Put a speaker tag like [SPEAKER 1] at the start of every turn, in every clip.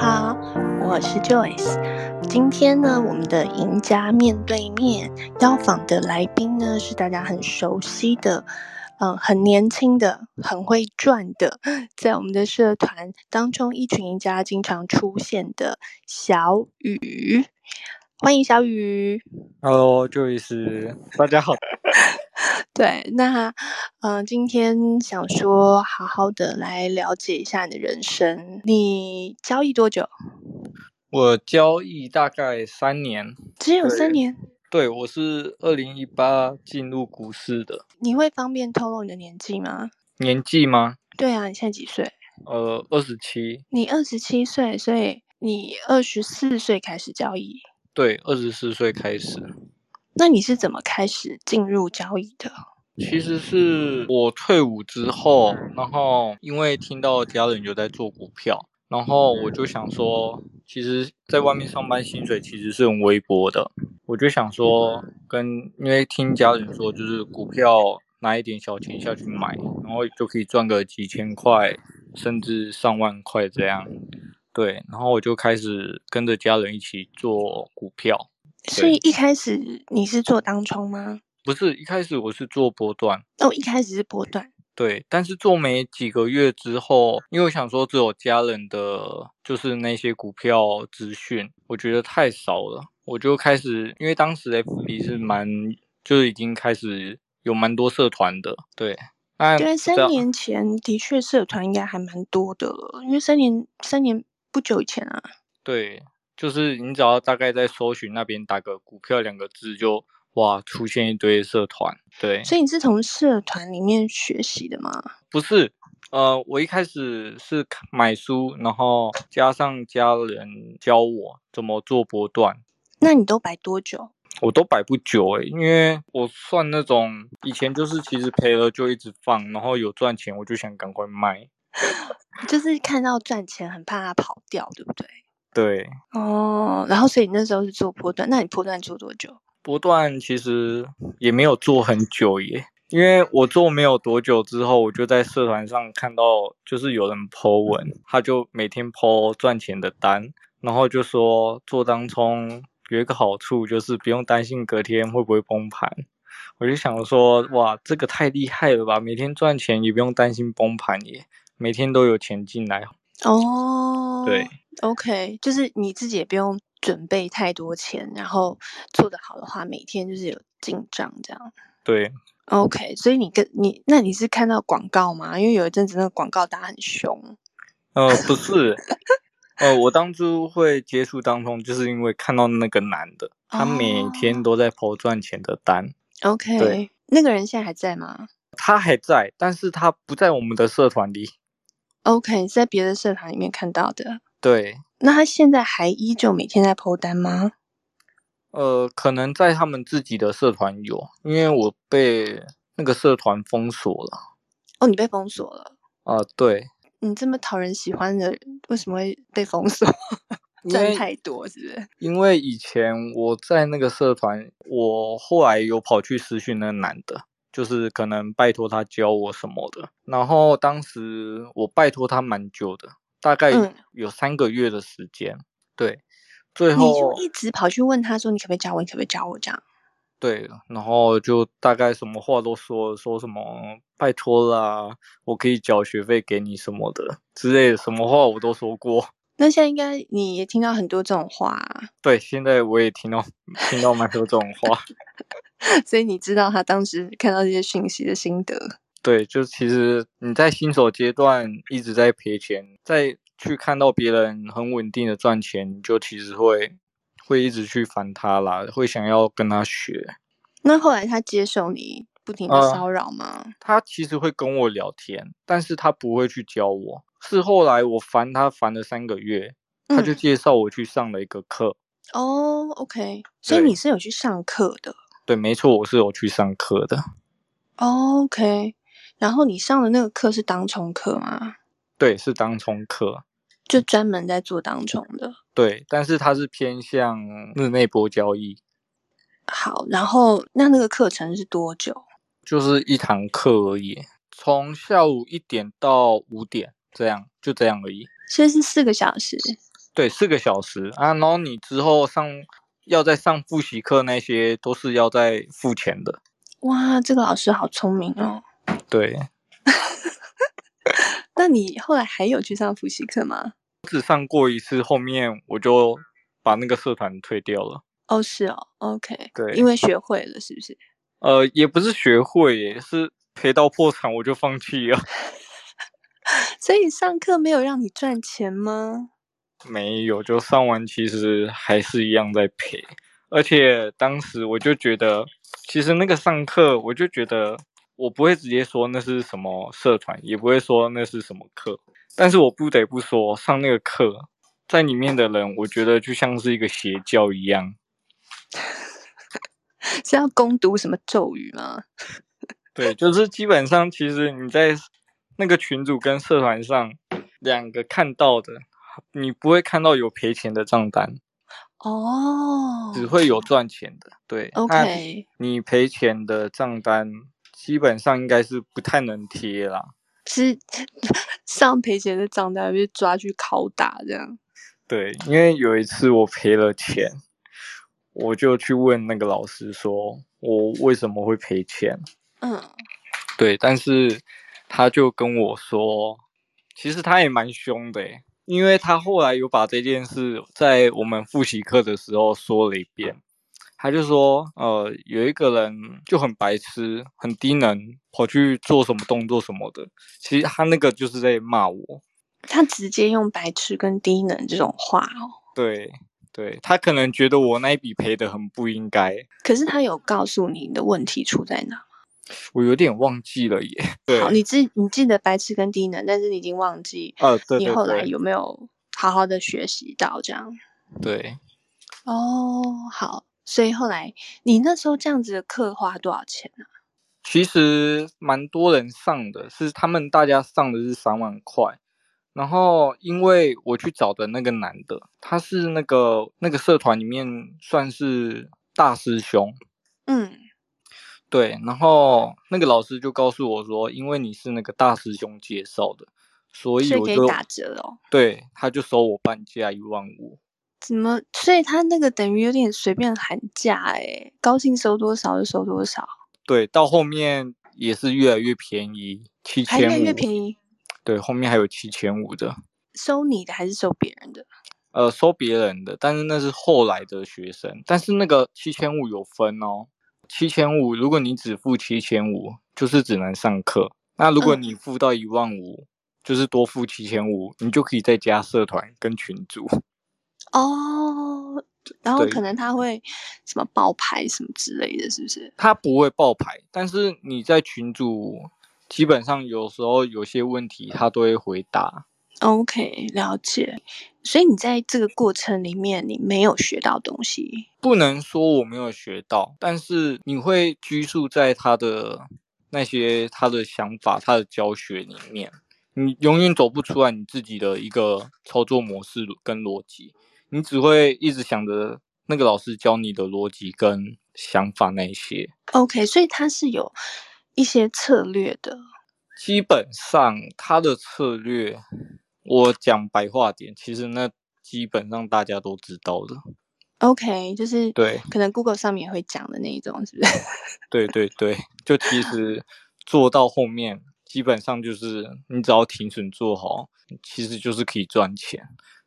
[SPEAKER 1] 好，我是 Joyce。今天呢，我们的赢家面对面邀访的来宾呢，是大家很熟悉的，嗯、很年轻的，很会赚的，在我们的社团当中，一群赢家经常出现的小雨。欢迎小雨。
[SPEAKER 2] Hello，就是 大家好。
[SPEAKER 1] 对，那嗯、呃今天想说好好的来了解一下你的人生。你交易多久？
[SPEAKER 2] 我交易大概三年，
[SPEAKER 1] 只有三
[SPEAKER 2] 对
[SPEAKER 1] 年。
[SPEAKER 2] 对我是二零一八进入股市的，
[SPEAKER 1] 你会方便透露你的年纪吗？
[SPEAKER 2] 年纪吗？
[SPEAKER 1] 对啊，你现在几岁？
[SPEAKER 2] 呃，二十七，
[SPEAKER 1] 你二十七岁，所以你二十四岁开始交易。
[SPEAKER 2] 对，二十四岁开始。
[SPEAKER 1] 那你是怎么开始进入交易的？
[SPEAKER 2] 其实是我退伍之后，然后因为听到家人有在做股票，然后我就想说，其实在外面上班薪水其实是很微薄的，我就想说跟因为听家人说，就是股票拿一点小钱下去买，然后就可以赚个几千块，甚至上万块这样。对，然后我就开始跟着家人一起做股票，
[SPEAKER 1] 所以一开始你是做当冲吗？
[SPEAKER 2] 不是一开始我是做波段。
[SPEAKER 1] 哦，一开始是波段。
[SPEAKER 2] 对，但是做没几个月之后，因为我想说只有家人的就是那些股票资讯，我觉得太少了，我就开始，因为当时 FB 是蛮，就是已经开始有蛮多社团的，对，那
[SPEAKER 1] 对，啊
[SPEAKER 2] 这
[SPEAKER 1] 三
[SPEAKER 2] 样
[SPEAKER 1] 年前的确社团应该还蛮多的了，因为三年三年不久以前啊。
[SPEAKER 2] 对，就是你只要大概在搜寻那边打个股票两个字就，哇出现一堆社团，对，
[SPEAKER 1] 所以你是从社团里面学习的吗？
[SPEAKER 2] 不是，呃，我一开始是看买书，然后加上家人教我怎么做波段，
[SPEAKER 1] 那你都摆多久？
[SPEAKER 2] 我都摆不久诶、因为我算那种以前就是其实赔了就一直放，然后有赚钱我就想赶快卖。
[SPEAKER 1] 就是看到赚钱很怕它跑掉，对不对？
[SPEAKER 2] 对，
[SPEAKER 1] 哦，然后所以你那时候是做波段，那你波段做多久？
[SPEAKER 2] 波段其实也没有做很久耶，因为我做没有多久之后，我就在社团上看到，就是有人 po 文，他就每天 po 赚钱的单，然后就说做当冲有一个好处就是不用担心隔天会不会崩盘。我就想说，哇，这个太厉害了吧！每天赚钱也不用担心崩盘耶，每天都有钱进来。
[SPEAKER 1] 哦，
[SPEAKER 2] 对
[SPEAKER 1] ，OK，就是你自己也不用准备太多钱，然后做得好的话，每天就是有进账这样。
[SPEAKER 2] 对，
[SPEAKER 1] OK，所以你跟你那你是看到广告吗？因为有一阵子那个广告打很凶。
[SPEAKER 2] 呃，不是，呃，我当初会接触当中，就是因为看到那个男的，他每
[SPEAKER 1] 哦
[SPEAKER 2] 天都在抛赚钱的单，
[SPEAKER 1] OK，那个人现在还在吗
[SPEAKER 2] 他还在，但是他不在我们的社团里。
[SPEAKER 1] ？OK，你是在别的社团里面看到的。
[SPEAKER 2] 对，
[SPEAKER 1] 那他现在还依旧每天在抛单吗？
[SPEAKER 2] 呃，可能在他们自己的社团有，因为我被那个社团封锁了。
[SPEAKER 1] 哦，你被封锁了。
[SPEAKER 2] 啊、对，
[SPEAKER 1] 你这么讨人喜欢的人，为什么会被封锁？
[SPEAKER 2] 因
[SPEAKER 1] 赚
[SPEAKER 2] 为
[SPEAKER 1] 太多是不是？
[SPEAKER 2] 因为以前我在那个社团，我后来有跑去私讯那个男的，就是可能拜托他教我什么的。然后当时我拜托他蛮久的，大概
[SPEAKER 1] 嗯
[SPEAKER 2] 有三个月的时间。对，最
[SPEAKER 1] 你就
[SPEAKER 2] 后
[SPEAKER 1] 一直跑去问他说：“你可不可以教我？你可不可以教我？”这样
[SPEAKER 2] 对，然后就大概什么话都说了，说什么拜托啦，我可以缴学费给你什么的之类的，什么话我都说过。
[SPEAKER 1] 那现在应该你也听到很多这种话啊、
[SPEAKER 2] 对，现在我也听到听到蛮多这种话。
[SPEAKER 1] 所以你知道他当时看到这些讯息的心得。
[SPEAKER 2] 对，就其实你在新手阶段一直在赔钱，再去看到别人很稳定的赚钱，你就其实会会一直去烦他啦，会想要跟他学。
[SPEAKER 1] 那后来他接受你不停的
[SPEAKER 2] 呃
[SPEAKER 1] 骚扰吗？
[SPEAKER 2] 他其实会跟我聊天，但是他不会去教我。是后来我烦他烦了三个月，他就
[SPEAKER 1] 嗯
[SPEAKER 2] 介绍我去上了一个课。
[SPEAKER 1] 哦，OK，所以
[SPEAKER 2] 对
[SPEAKER 1] 你是有去上课的。
[SPEAKER 2] 对，没错，我是有去上课的。
[SPEAKER 1] 哦 OK，然后你上的那个课是当冲课吗？
[SPEAKER 2] 对，是当冲课。
[SPEAKER 1] 就专门在做当冲的。
[SPEAKER 2] 对，但是他是偏向日内波交易，
[SPEAKER 1] 好，然后那那个课程是多久？
[SPEAKER 2] 就是一堂课而已，从下午一点到五点这样，就这样而已。
[SPEAKER 1] 所以是四个小时。
[SPEAKER 2] 对，四个小时啊，然后你之后上要再上复习课那些都是要再付钱的。
[SPEAKER 1] 哇，这个老师好聪明哦。
[SPEAKER 2] 对，
[SPEAKER 1] 那你后来还有去上复习课吗？
[SPEAKER 2] 只上过一次，后面我就把那个社团退掉了。
[SPEAKER 1] 哦，是哦，OK，
[SPEAKER 2] 对
[SPEAKER 1] 因为学会了是不是？
[SPEAKER 2] 呃，也不是学会耶，是赔到破产我就放弃了。
[SPEAKER 1] 所以上课没有让你赚钱吗？
[SPEAKER 2] 没有，就上完其实还是一样在赔，而且当时我就觉得，其实那个上课我就觉得，我不会直接说那是什么社团，也不会说那是什么课，但是我不得不说，上那个课在里面的人，我觉得就像是一个邪教一样。
[SPEAKER 1] 是要攻读什么咒语吗？
[SPEAKER 2] 对，就是基本上，其实你在那个群组跟社团上两个看到的，你不会看到有赔钱的账单，
[SPEAKER 1] 哦
[SPEAKER 2] 只会有赚钱的。对那
[SPEAKER 1] ，OK，
[SPEAKER 2] 你赔钱的账单基本上应该是不太能贴啦。
[SPEAKER 1] 是 上赔钱的账单被抓去拷打这样。
[SPEAKER 2] 对，因为有一次我赔了钱，我就去问那个老师说，我为什么会赔钱？
[SPEAKER 1] 嗯，
[SPEAKER 2] 对，但是他就跟我说，其实他也蛮凶的诶，因为他后来有把这件事在我们复习课的时候说了一遍，他就说，呃，有一个人就很白痴、很低能，跑去做什么动作什么的，其实他那个就是在骂我，
[SPEAKER 1] 他直接用白痴跟低能这种话哦。
[SPEAKER 2] 对，对他可能觉得我那一笔赔的很不应该，
[SPEAKER 1] 可是他有告诉你你的问题出在哪？
[SPEAKER 2] 我有点忘记了耶， 对，
[SPEAKER 1] 好，你记你记得白痴跟低能，但是你已经忘记
[SPEAKER 2] 呃，对
[SPEAKER 1] 你
[SPEAKER 2] 对
[SPEAKER 1] 后来
[SPEAKER 2] 对，
[SPEAKER 1] 有没有好好的学习到这样。
[SPEAKER 2] 对，
[SPEAKER 1] 哦，好，所以后来你那时候这样子的课花多少钱呢、
[SPEAKER 2] 其实蛮多人上的，是他们大家上的是三万块。然后因为我去找的那个男的，他是那个那个社团里面算是大师兄，
[SPEAKER 1] 嗯，
[SPEAKER 2] 对。然后那个老师就告诉我说，因为你是那个大师兄介绍的，所以
[SPEAKER 1] 所以
[SPEAKER 2] 我
[SPEAKER 1] 可以
[SPEAKER 2] 就
[SPEAKER 1] 打折哦。
[SPEAKER 2] 对他就收我半价一万五。
[SPEAKER 1] 怎么？所以他那个等于有点随便喊价诶，高兴收多少就收多少，
[SPEAKER 2] 对，到后面也是越来越便宜，七
[SPEAKER 1] 还越来
[SPEAKER 2] 千
[SPEAKER 1] 越
[SPEAKER 2] 五。
[SPEAKER 1] 便宜。
[SPEAKER 2] 对，后面还有七千五的。
[SPEAKER 1] 收你的还是收别人的？
[SPEAKER 2] 呃，收别人的，但是那是后来的学生，但是那个七千五有分哦，七千五，如果你只付七千五，就是只能上课；那如果
[SPEAKER 1] 嗯
[SPEAKER 2] 你付到一万五，就是多付七千五，你就可以再加社团跟群组。
[SPEAKER 1] 哦，然后
[SPEAKER 2] 对
[SPEAKER 1] 可能他会什么爆牌什么之类的，是不是？
[SPEAKER 2] 他不会爆牌，但是你在群组，基本上有时候有些问题他都会回答。
[SPEAKER 1] OK，了解。所以你在这个过程里面，你没有学到东西。
[SPEAKER 2] 不能说我没有学到，但是你会拘束在他的那些他的想法、他的教学里面，你永远走不出来你自己的一个操作模式跟逻辑，你只会一直想着那个老师教你的逻辑跟想法那一些。
[SPEAKER 1] OK，所以他是有一些策略的。
[SPEAKER 2] 基本上他的策略，我讲白话点，其实那基本上大家都知道的。
[SPEAKER 1] OK，就是
[SPEAKER 2] 对
[SPEAKER 1] 可能 Google 上面也会讲的那一种，是不 是？
[SPEAKER 2] 对对对，就其实做到后面，基本上就是你只要停损做好，其实就是可以赚钱。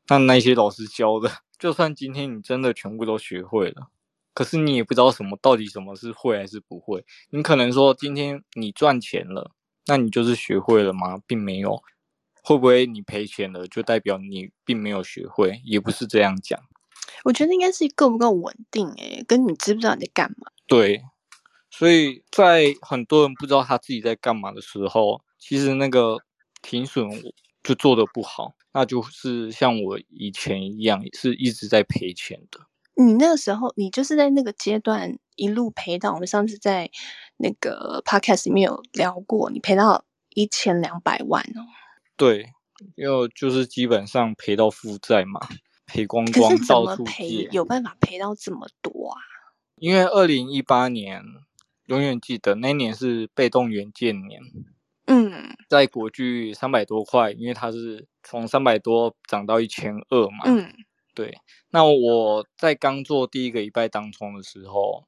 [SPEAKER 2] 那那些老师教的， 就算今天你真的全部都学会了，可是你也不知道什么到底什么是会还是不会。你可能说今天你赚钱了，那你就是学会了吗？并没有。会不会你赔钱了，就代表你并没有学会？也不是这样讲。
[SPEAKER 1] 我觉得应该是够不够稳定、欸，诶，跟你知不知道你在干嘛。
[SPEAKER 2] 对，所以在很多人不知道他自己在干嘛的时候，其实那个停损就做的不好，那就是像我以前一样，是一直在赔钱的。
[SPEAKER 1] 你那个时候，你就是在那个阶段一路赔到，我们上次在那个 podcast 里面有聊过，你赔到一千两百万哦。
[SPEAKER 2] 对，因为就是基本上赔到负债嘛，赔光
[SPEAKER 1] 可
[SPEAKER 2] 光
[SPEAKER 1] 是怎
[SPEAKER 2] 到
[SPEAKER 1] 么
[SPEAKER 2] 处
[SPEAKER 1] 赔
[SPEAKER 2] 借。
[SPEAKER 1] 有办法赔到这么多啊？
[SPEAKER 2] 因为二零一八年，永远记得那年是被动元件年，
[SPEAKER 1] 嗯
[SPEAKER 2] 在国巨三百多块，因为它是从三百多涨到一千二嘛。
[SPEAKER 1] 嗯，
[SPEAKER 2] 对，那我在刚做第一个礼拜当冲的时候，我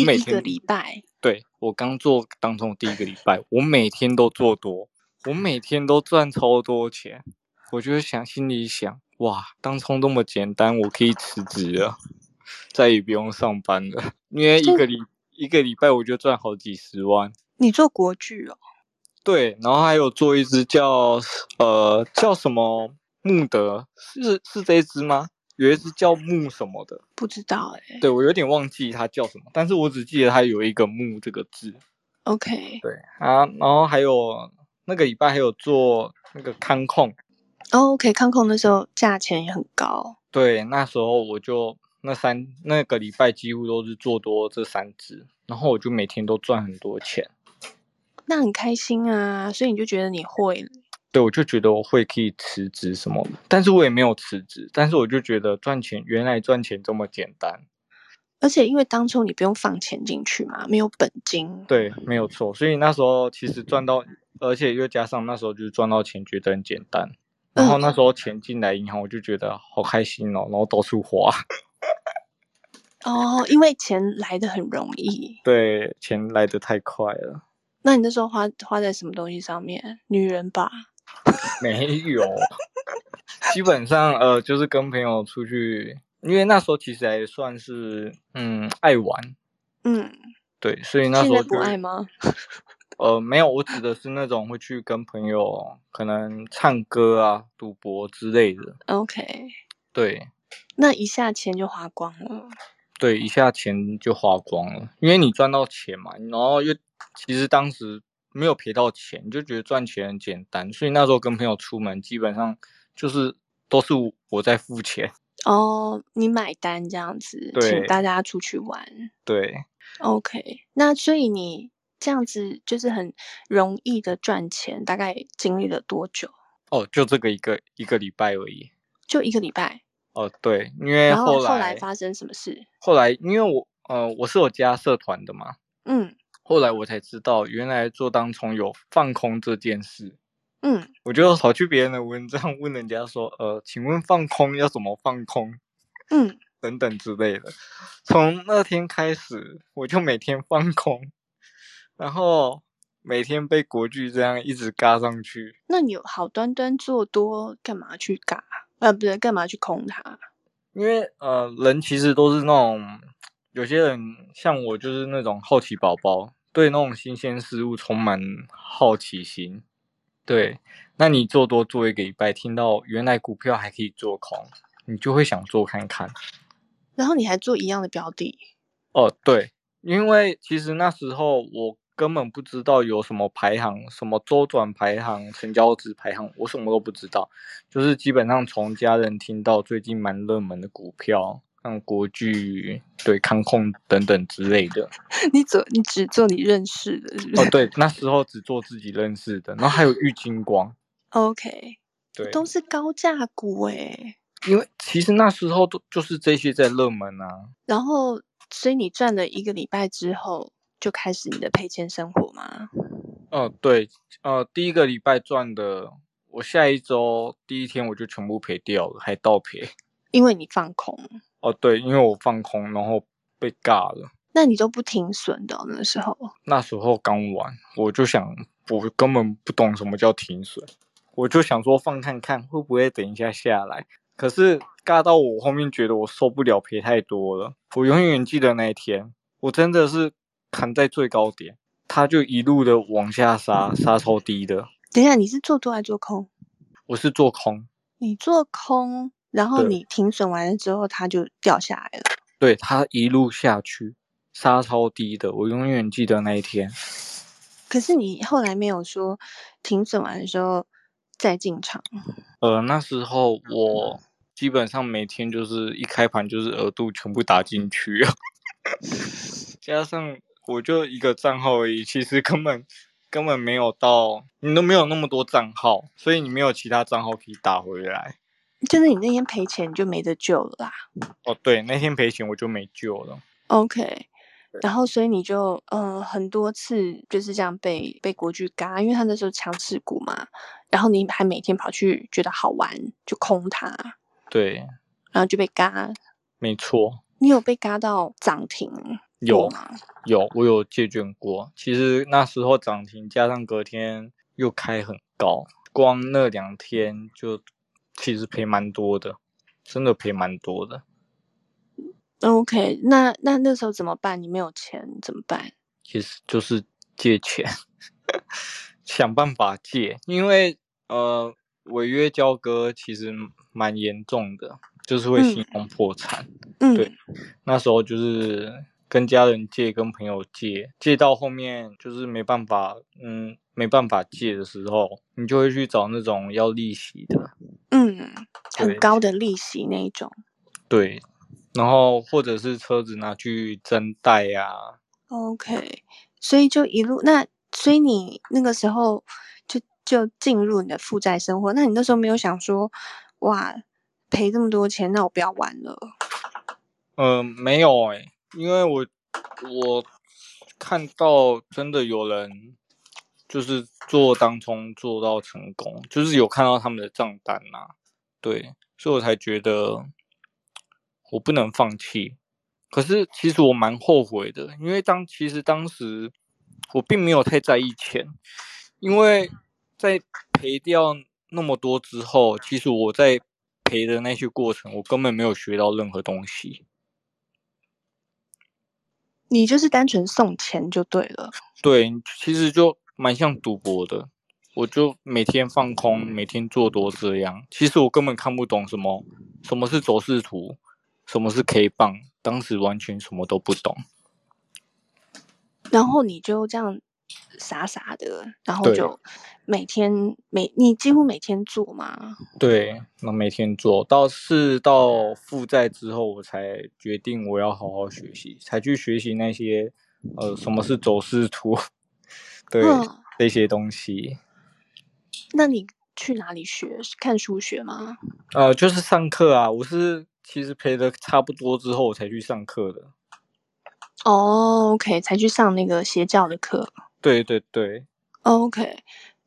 [SPEAKER 1] 第
[SPEAKER 2] 每
[SPEAKER 1] 一
[SPEAKER 2] 天
[SPEAKER 1] 个礼拜，
[SPEAKER 2] 对我刚做当冲第一个礼拜，我每天都做多，我每天都赚超多钱，我就想心里想，哇，当冲这么简单，我可以辞职了，再也不用上班了，因为一个礼一个礼拜我就赚好几十万。
[SPEAKER 1] 你做国剧哦，
[SPEAKER 2] 对，然后还有做一只叫呃叫什么穆德，是是这一只吗？有一只叫穆什么的，
[SPEAKER 1] 不知道哎、
[SPEAKER 2] 对我有点忘记它叫什么，但是我只记得它有一个“木”这个字。
[SPEAKER 1] OK，
[SPEAKER 2] 对啊，然后还有那个礼拜还有做那个看控，
[SPEAKER 1] 哦，OK，康控那时候价钱也很高，
[SPEAKER 2] 对，那时候我就那三那个礼拜几乎都是做多这三只，然后我就每天都赚很多钱，
[SPEAKER 1] 那很开心啊，所以你就觉得你会了，
[SPEAKER 2] 对我就觉得我会可以辞职什么的，但是我也没有辞职，但是我就觉得赚钱原来赚钱这么简单，
[SPEAKER 1] 而且因为当初你不用放钱进去嘛，没有本金，
[SPEAKER 2] 对，没有错，所以那时候其实赚到，而且又加上那时候就是赚到钱觉得很简单。
[SPEAKER 1] 嗯
[SPEAKER 2] 然后那时候钱进来银行，我就觉得好开心哦，然后到处花。
[SPEAKER 1] 哦，因为钱来的很容易。
[SPEAKER 2] 对，钱来的太快了。
[SPEAKER 1] 那你那时候花花在什么东西上面？女人吧，
[SPEAKER 2] 没有， 基本上呃，就是跟朋友出去，因为那时候其实还算是嗯爱玩，
[SPEAKER 1] 嗯，
[SPEAKER 2] 对，所以那
[SPEAKER 1] 现
[SPEAKER 2] 时
[SPEAKER 1] 在
[SPEAKER 2] 候
[SPEAKER 1] 不
[SPEAKER 2] 就
[SPEAKER 1] 爱吗？
[SPEAKER 2] 呃没有，我指的是那种会去跟朋友可能唱歌啊、赌博之类的。
[SPEAKER 1] ？OK，
[SPEAKER 2] 对
[SPEAKER 1] 那一下钱就花光了。
[SPEAKER 2] 对，一下钱就花光了，因为你赚到钱嘛，然后又其实当时没有赔到钱，你就觉得赚钱很简单，所以那时候跟朋友出门基本上就是都是我在付钱。
[SPEAKER 1] 哦，你买单这样子，请
[SPEAKER 2] 对
[SPEAKER 1] 大家出去玩。
[SPEAKER 2] 对，
[SPEAKER 1] OK，那所以你这样子就是很容易的赚钱，大概经历了多久？
[SPEAKER 2] 哦，就这个一个一个礼拜而已。
[SPEAKER 1] 就一个礼拜。
[SPEAKER 2] 哦，对，因为
[SPEAKER 1] 然后
[SPEAKER 2] 来后
[SPEAKER 1] 来发生什么事？
[SPEAKER 2] 来因为我呃我是有加社团的嘛，
[SPEAKER 1] 嗯
[SPEAKER 2] 后来我才知道原来做当冲有放空这件事。
[SPEAKER 1] 嗯，
[SPEAKER 2] 我就跑去别人的文章 问人家说，呃，请问放空要怎么放空
[SPEAKER 1] 嗯，
[SPEAKER 2] 等等之类的。从那天开始，我就每天放空，然后每天被国剧这样一直嘎上去。
[SPEAKER 1] 那你有好端端做多，干嘛去嘎？呃，不对，干嘛去空它？
[SPEAKER 2] 因为呃，人其实都是那种，有些人像我就是那种好奇宝宝，对那种新鲜事物充满好奇心。对，那你做多做一个礼拜，听到原来股票还可以做空，你就会想做看看。
[SPEAKER 1] 然后你还做一样的标的，
[SPEAKER 2] 哦，对，因为其实那时候我根本不知道有什么排行，什么周转排行、成交值排行，我什么都不知道。就是基本上从家人听到最近蛮热门的股票，像国巨、对康控等等之类的。
[SPEAKER 1] 你做你只做你认识的，是不
[SPEAKER 2] 哦
[SPEAKER 1] 是、，
[SPEAKER 2] 对，那时候只做自己认识的，然后还有郁金光。
[SPEAKER 1] o k
[SPEAKER 2] 对，
[SPEAKER 1] 都是高价股哎诶、
[SPEAKER 2] 因为其实那时候都就是这些在热门啊。
[SPEAKER 1] 然后，所以你赚了一个礼拜之后，就开始你的配钱生活吗？
[SPEAKER 2] 哦，对，呃，第一个礼拜赚的，我下一周第一天我就全部赔掉了，还倒赔。
[SPEAKER 1] 因为你放空，
[SPEAKER 2] 哦，对，因为我放空，然后被尬了。
[SPEAKER 1] 那你都不停损的哦、那时候。
[SPEAKER 2] 那时候刚玩，我就想，我根本不懂什么叫停损，我就想说放看看会不会等一下下来。可是尬到我后面觉得我受不了，赔太多了。我永远记得那一天，我真的是砍在最高点，它就一路的往下杀，杀超低的。
[SPEAKER 1] 等一下，你是做多还是做空？
[SPEAKER 2] 我是做空，
[SPEAKER 1] 你做空，然后
[SPEAKER 2] 对
[SPEAKER 1] 你停损完了之后，它就掉下来了。
[SPEAKER 2] 对它一路下去，杀超低的。我永远记得那一天。
[SPEAKER 1] 可是你后来没有说停损完的时候再进场。
[SPEAKER 2] 呃，那时候我基本上每天就是一开盘就是额度全部打进去， 加上我就一个账号而已，其实根本根本没有到，你都没有那么多账号，所以你没有其他账号可以打回来。
[SPEAKER 1] 就是你那天赔钱你就没得救了啦。
[SPEAKER 2] 哦，对，那天赔钱我就没救了。
[SPEAKER 1] OK，然后所以你就呃很多次就是这样被被国巨嘎，因为他那时候强势股嘛，然后你还每天跑去觉得好玩就空它，
[SPEAKER 2] 对，
[SPEAKER 1] 然后就被嘎。
[SPEAKER 2] 没错，
[SPEAKER 1] 你有被嘎到涨停过
[SPEAKER 2] 有
[SPEAKER 1] 吗？
[SPEAKER 2] 有我有借券过。其实那时候涨停加上隔天又开很高，光那两天就其实赔蛮多的，真的赔蛮多的。
[SPEAKER 1] OK，那那那时候怎么办？你没有钱怎么办？
[SPEAKER 2] 其实就是借钱， 想办法借，因为呃违约交割其实蛮严重的，就是会
[SPEAKER 1] 嗯
[SPEAKER 2] 信用破产。
[SPEAKER 1] 嗯，
[SPEAKER 2] 对那时候就是跟家人借，跟朋友借，借到后面就是没办法，嗯，没办法借的时候，你就会去找那种要利息的，
[SPEAKER 1] 嗯，很
[SPEAKER 2] 对
[SPEAKER 1] 高的利息那一种。
[SPEAKER 2] 对，然后或者是车子拿去增贷呀、啊，
[SPEAKER 1] OK，所以就一路那，所以你那个时候就就进入你的负债生活。那你那时候没有想说，哇，赔这么多钱，那我不要玩了。
[SPEAKER 2] 嗯、没有诶、因为我我看到真的有人。就是做当冲做到成功，就是有看到他们的账单呐、对，所以我才觉得我不能放弃。可是其实我蛮后悔的，因为当其实当时我并没有太在意钱，因为在赔掉那么多之后，其实我在赔的那些过程，我根本没有学到任何东西。
[SPEAKER 1] 你就是单纯送钱就对了。
[SPEAKER 2] 对，其实就蛮像赌博的。我就每天放空，每天做多这样。其实我根本看不懂什么什么是走势图，什么是 K 棒，当时完全什么都不懂。
[SPEAKER 1] 然后你就这样傻傻的，然后
[SPEAKER 2] 对
[SPEAKER 1] 就每天每你几乎每天做嘛。
[SPEAKER 2] 对，那每天做到是到负债之后，我才决定我要好好学习，才去学习那些呃什么是走势图，对、
[SPEAKER 1] 嗯
[SPEAKER 2] 这些东西。
[SPEAKER 1] 那你去哪里学？是看书学吗？
[SPEAKER 2] 呃，就是上课啊，我是其实赔的差不多之后我才去上课的。
[SPEAKER 1] 哦、o k 才去上那个邪教的课。
[SPEAKER 2] 对对对，
[SPEAKER 1] OK，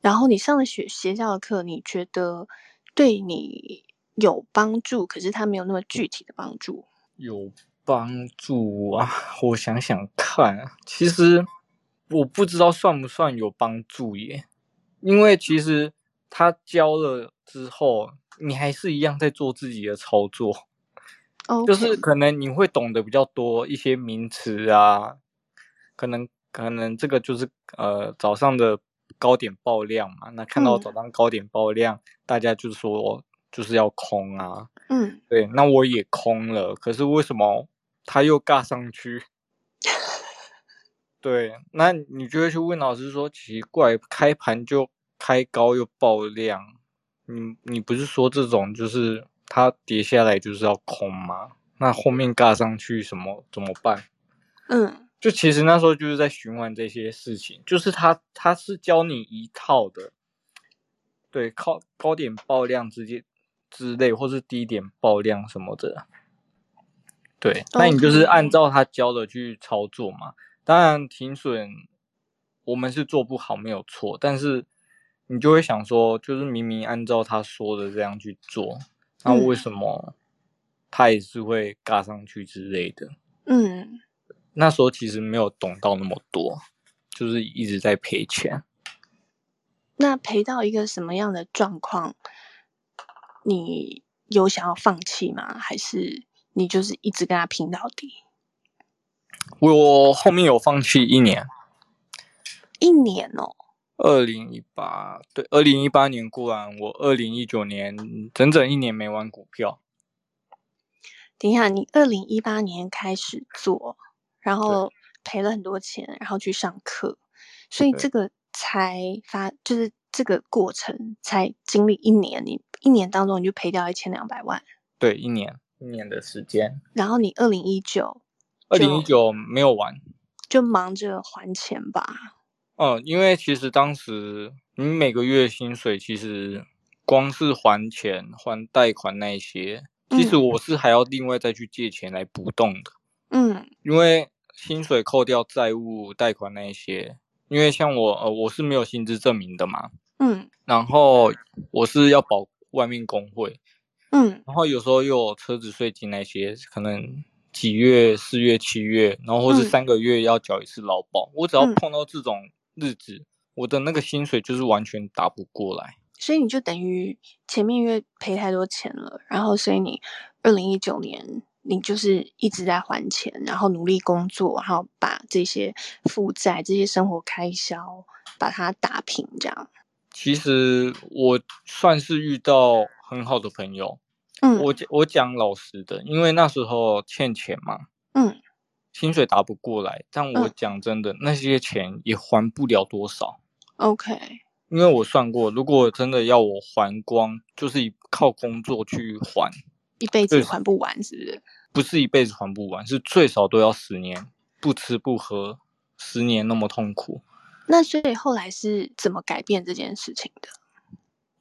[SPEAKER 1] 然后你上了学邪教的课，你觉得对你有帮助，可是它没有那么具体的帮助。
[SPEAKER 2] 有帮助啊！ 我想想看啊，其实我不知道算不算有帮助耶，因为其实他教了之后，你还是一样在做自己的操作，
[SPEAKER 1] 哦，
[SPEAKER 2] 就是可能你会懂得比较多一些名词啊，可能可能这个就是呃早上的高点爆量嘛，那看到
[SPEAKER 1] 嗯
[SPEAKER 2] 早上高点爆量，大家就说就是要空啊，
[SPEAKER 1] 嗯，
[SPEAKER 2] 对，那我也空了，可是为什么他又尬上去？ 对，那你就会去问老师说，奇怪，开盘就开高又爆量，你你不是说这种就是它跌下来就是要空吗？那后面尬上去什么怎么办？
[SPEAKER 1] 嗯
[SPEAKER 2] 就其实那时候就是在循环这些事情，就是他他是教你一套的，对，靠高点爆量之间之类，或是低点爆量什么的，对，那你就是
[SPEAKER 1] OK
[SPEAKER 2] 按照他教的去操作嘛。当然停损我们是做不好没有错，但是你就会想说，就是明明按照他说的这样去做，那
[SPEAKER 1] 嗯
[SPEAKER 2] 为什么他也是会尬上去之类的？
[SPEAKER 1] 嗯，
[SPEAKER 2] 那时候其实没有懂到那么多，就是一直在赔钱。
[SPEAKER 1] 那赔到一个什么样的状况，你有想要放弃吗？还是你就是一直跟他拼到底？
[SPEAKER 2] 我后面有放弃一年，
[SPEAKER 1] 一年哦，
[SPEAKER 2] 二零一八对，二零一八年过完，我二零一九年整整一年没玩股票。
[SPEAKER 1] 等一下，你二零一八年开始做，然后赔了很多钱，然后去上课，所以
[SPEAKER 2] 对
[SPEAKER 1] 这个才发，就是这个过程才经历一年，你一年当中你就赔掉一千两百万，
[SPEAKER 2] 对，一年一年的时间，
[SPEAKER 1] 然后你二零一九
[SPEAKER 2] 二零一九没有玩。
[SPEAKER 1] 就忙着还钱吧。
[SPEAKER 2] 嗯，因为其实当时你每个月薪水其实光是还钱、还贷款那一些，其实
[SPEAKER 1] 嗯
[SPEAKER 2] 我是还要另外再去借钱来补洞的。
[SPEAKER 1] 嗯
[SPEAKER 2] 因为薪水扣掉债务、贷款那一些，因为像我呃我是没有薪资证明的嘛，
[SPEAKER 1] 嗯
[SPEAKER 2] 然后我是要保外面工会，
[SPEAKER 1] 嗯
[SPEAKER 2] 然后有时候又有车子税金那些，可能几月、四月、七月，然后或是
[SPEAKER 1] 嗯
[SPEAKER 2] 三个月要缴一次劳保。我只要
[SPEAKER 1] 嗯
[SPEAKER 2] 碰到这种日子，我的那个薪水就是完全打不过来。
[SPEAKER 1] 所以你就等于前面因为赔太多钱了，然后所以你二零一九年你就是一直在还钱，然后努力工作，然后把这些负债、这些生活开销把它打平，这样。
[SPEAKER 2] 其实我算是遇到很好的朋友，
[SPEAKER 1] 嗯，
[SPEAKER 2] 我讲我讲老实的，因为那时候欠钱嘛，
[SPEAKER 1] 嗯
[SPEAKER 2] 薪水打不过来，但我
[SPEAKER 1] 嗯
[SPEAKER 2] 讲真的，那些钱也还不了多少。
[SPEAKER 1] OK，
[SPEAKER 2] 因为我算过，如果真的要我还光，就是以靠工作去还，
[SPEAKER 1] 一辈子
[SPEAKER 2] 对
[SPEAKER 1] 还不完，是不是？
[SPEAKER 2] 不是一辈子还不完，是最少都要十年，不吃不喝，十年那么痛苦。
[SPEAKER 1] 那所以后来是怎么改变这件事情的？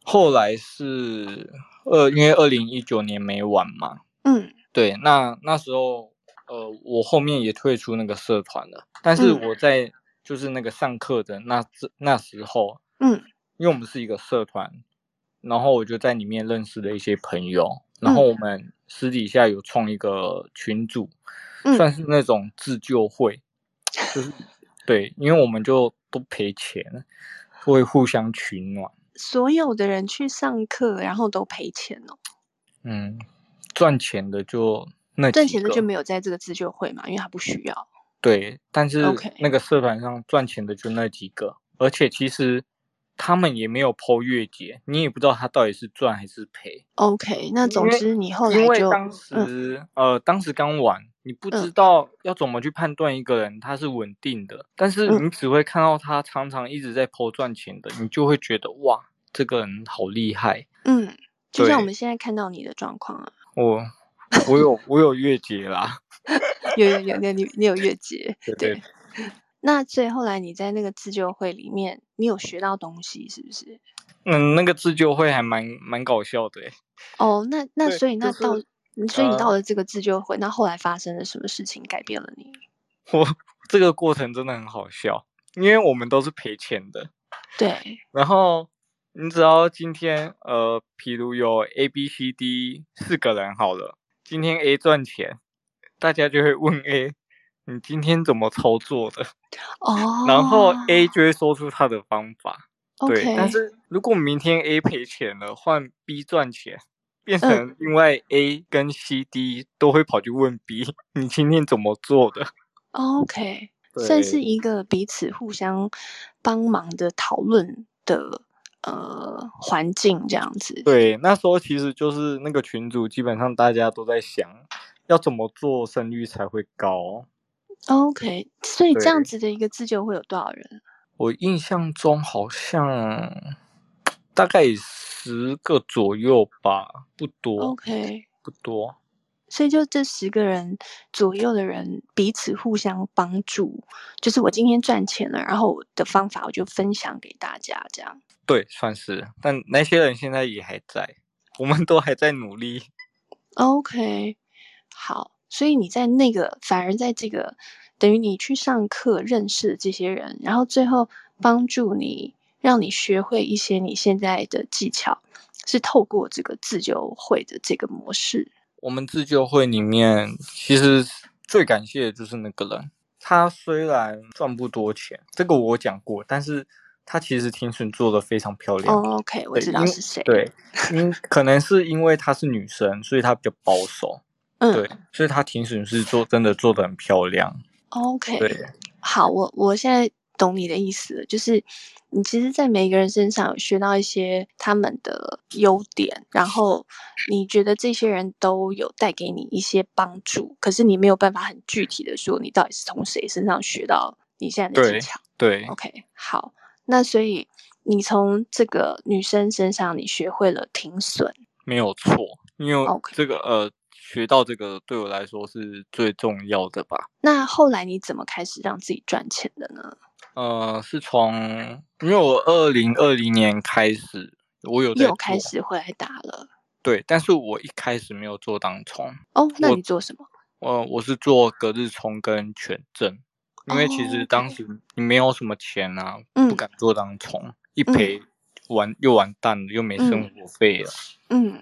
[SPEAKER 2] 后来是二、因为二零一九年没玩嘛，
[SPEAKER 1] 嗯
[SPEAKER 2] 对，那那时候呃，我后面也退出那个社团了，但是
[SPEAKER 1] 嗯
[SPEAKER 2] 我在就是那个上课的那之那时候，
[SPEAKER 1] 嗯
[SPEAKER 2] 因为我们是一个社团，然后我就在里面认识了一些朋友，
[SPEAKER 1] 嗯
[SPEAKER 2] 然后我们私底下有创一个群组，算
[SPEAKER 1] 嗯
[SPEAKER 2] 是那种自救会，就是对，因为我们就都赔钱，会互相取暖，
[SPEAKER 1] 所有的人去上课，然后都赔钱哦。
[SPEAKER 2] 嗯，赚钱的就那
[SPEAKER 1] 赚
[SPEAKER 2] 几
[SPEAKER 1] 钱的
[SPEAKER 2] 个
[SPEAKER 1] 就没有在这个自救会嘛，因为他不需要。
[SPEAKER 2] 对，但是
[SPEAKER 1] OK
[SPEAKER 2] 那个社团上赚钱的就那几个，而且其实他们也没有剖月结，你也不知道他到底是赚还是赔。
[SPEAKER 1] OK，那总
[SPEAKER 2] 因为
[SPEAKER 1] 之你后来
[SPEAKER 2] 因为
[SPEAKER 1] 就
[SPEAKER 2] 当
[SPEAKER 1] 嗯
[SPEAKER 2] 时、呃，当时刚玩，你不知
[SPEAKER 1] 嗯
[SPEAKER 2] 道要怎么去判断一个人他是稳定的，但是
[SPEAKER 1] 嗯
[SPEAKER 2] 你只会看到他常常一直在抛赚钱的，你就会觉得哇，这个人好厉害。
[SPEAKER 1] 嗯，就像我
[SPEAKER 2] 对
[SPEAKER 1] 们现在看到你的状况啊，
[SPEAKER 2] 我我有我有月结啦，
[SPEAKER 1] 有有有有你你有越级，
[SPEAKER 2] 对对
[SPEAKER 1] 对。那所以后来你在那个自救会里面，你有学到东西是不是？
[SPEAKER 2] 嗯，那个自救会还蛮蛮搞笑的欸、
[SPEAKER 1] 哦，那那
[SPEAKER 2] 对
[SPEAKER 1] 所以
[SPEAKER 2] 就
[SPEAKER 1] 那
[SPEAKER 2] 是
[SPEAKER 1] 到，所以你到
[SPEAKER 2] 呃
[SPEAKER 1] 了这个自救会，那后来发生了什么事情改变了你？
[SPEAKER 2] 我这个过程真的很好笑，因为我们都是赔钱的。
[SPEAKER 1] 对，
[SPEAKER 2] 然后你只要今天呃，譬如有 A、B、C、D 四个人好了，今天 A 赚钱，大家就会问 A，你今天怎么操作的？
[SPEAKER 1] 哦，
[SPEAKER 2] 然后 A 就会说出他的方法。对，
[SPEAKER 1] OK，
[SPEAKER 2] 但是如果明天 A 赔钱了，换 B 赚钱，变
[SPEAKER 1] 嗯
[SPEAKER 2] 成另外 A 跟 C、D 都会跑去问 B，你今天怎么做的？
[SPEAKER 1] 哦 OK，算是
[SPEAKER 2] 对
[SPEAKER 1] 一个彼此互相帮忙的讨论的呃环境这样子。
[SPEAKER 2] 对，那时候其实就是那个群主，基本上大家都在想要怎么做胜率才会高。
[SPEAKER 1] OK，所以这样
[SPEAKER 2] 对
[SPEAKER 1] 子的一个自救会有多少人？
[SPEAKER 2] 我印象中好像大概十个左右吧，不多
[SPEAKER 1] OK，
[SPEAKER 2] 不多。
[SPEAKER 1] 所以就这十个人左右的人彼此互相帮助，就是我今天赚钱了，然后我的方法我就分享给大家，这样。
[SPEAKER 2] 对，算是。但那些人现在也还在，我们都还在努力。
[SPEAKER 1] OK，好，所以你在那个反而在这个等于你去上课认识这些人，然后最后帮助你，让你学会一些你现在的技巧，是透过这个自救会的这个模式。
[SPEAKER 2] 我们自救会里面，其实最感谢的就是那个人。他虽然赚不多钱，这个我讲过，但是他其实停损做的非常漂亮。
[SPEAKER 1] 哦，OK，我
[SPEAKER 2] 对
[SPEAKER 1] 知道
[SPEAKER 2] 因
[SPEAKER 1] 是谁。，
[SPEAKER 2] 对，因 可能是因为她是女生，所以她比较保守，对
[SPEAKER 1] 嗯，
[SPEAKER 2] 所以她停损是做真的做的很漂亮，
[SPEAKER 1] ，OK，
[SPEAKER 2] 对，
[SPEAKER 1] 好，我我现在懂你的意思了，就是你其实，在每一个人身上有学到一些他们的优点，然后你觉得这些人都有带给你一些帮助，可是你没有办法很具体的说你到底是从谁身上学到你现在的技
[SPEAKER 2] 对
[SPEAKER 1] 巧。
[SPEAKER 2] 对，
[SPEAKER 1] OK，好，那所以你从这个女生身上，你学会了停损。
[SPEAKER 2] 没有错，因为
[SPEAKER 1] OK
[SPEAKER 2] 这个呃学到这个对我来说是最重要的吧，
[SPEAKER 1] 那后来你怎么开始让自己赚钱的呢？
[SPEAKER 2] 呃，是从因为我二零二零年开始，我有在
[SPEAKER 1] 又
[SPEAKER 2] 做
[SPEAKER 1] 开始回来打了。
[SPEAKER 2] 对，但是我一开始没有做当冲，
[SPEAKER 1] 哦，那
[SPEAKER 2] 我
[SPEAKER 1] 你做什么？
[SPEAKER 2] 呃，我是做隔日冲跟全证，因为其
[SPEAKER 1] 哦
[SPEAKER 2] 实当时你没有什么钱啊，
[SPEAKER 1] 嗯
[SPEAKER 2] 不敢做当冲，一赔完又完蛋了，又没生活费了。
[SPEAKER 1] 嗯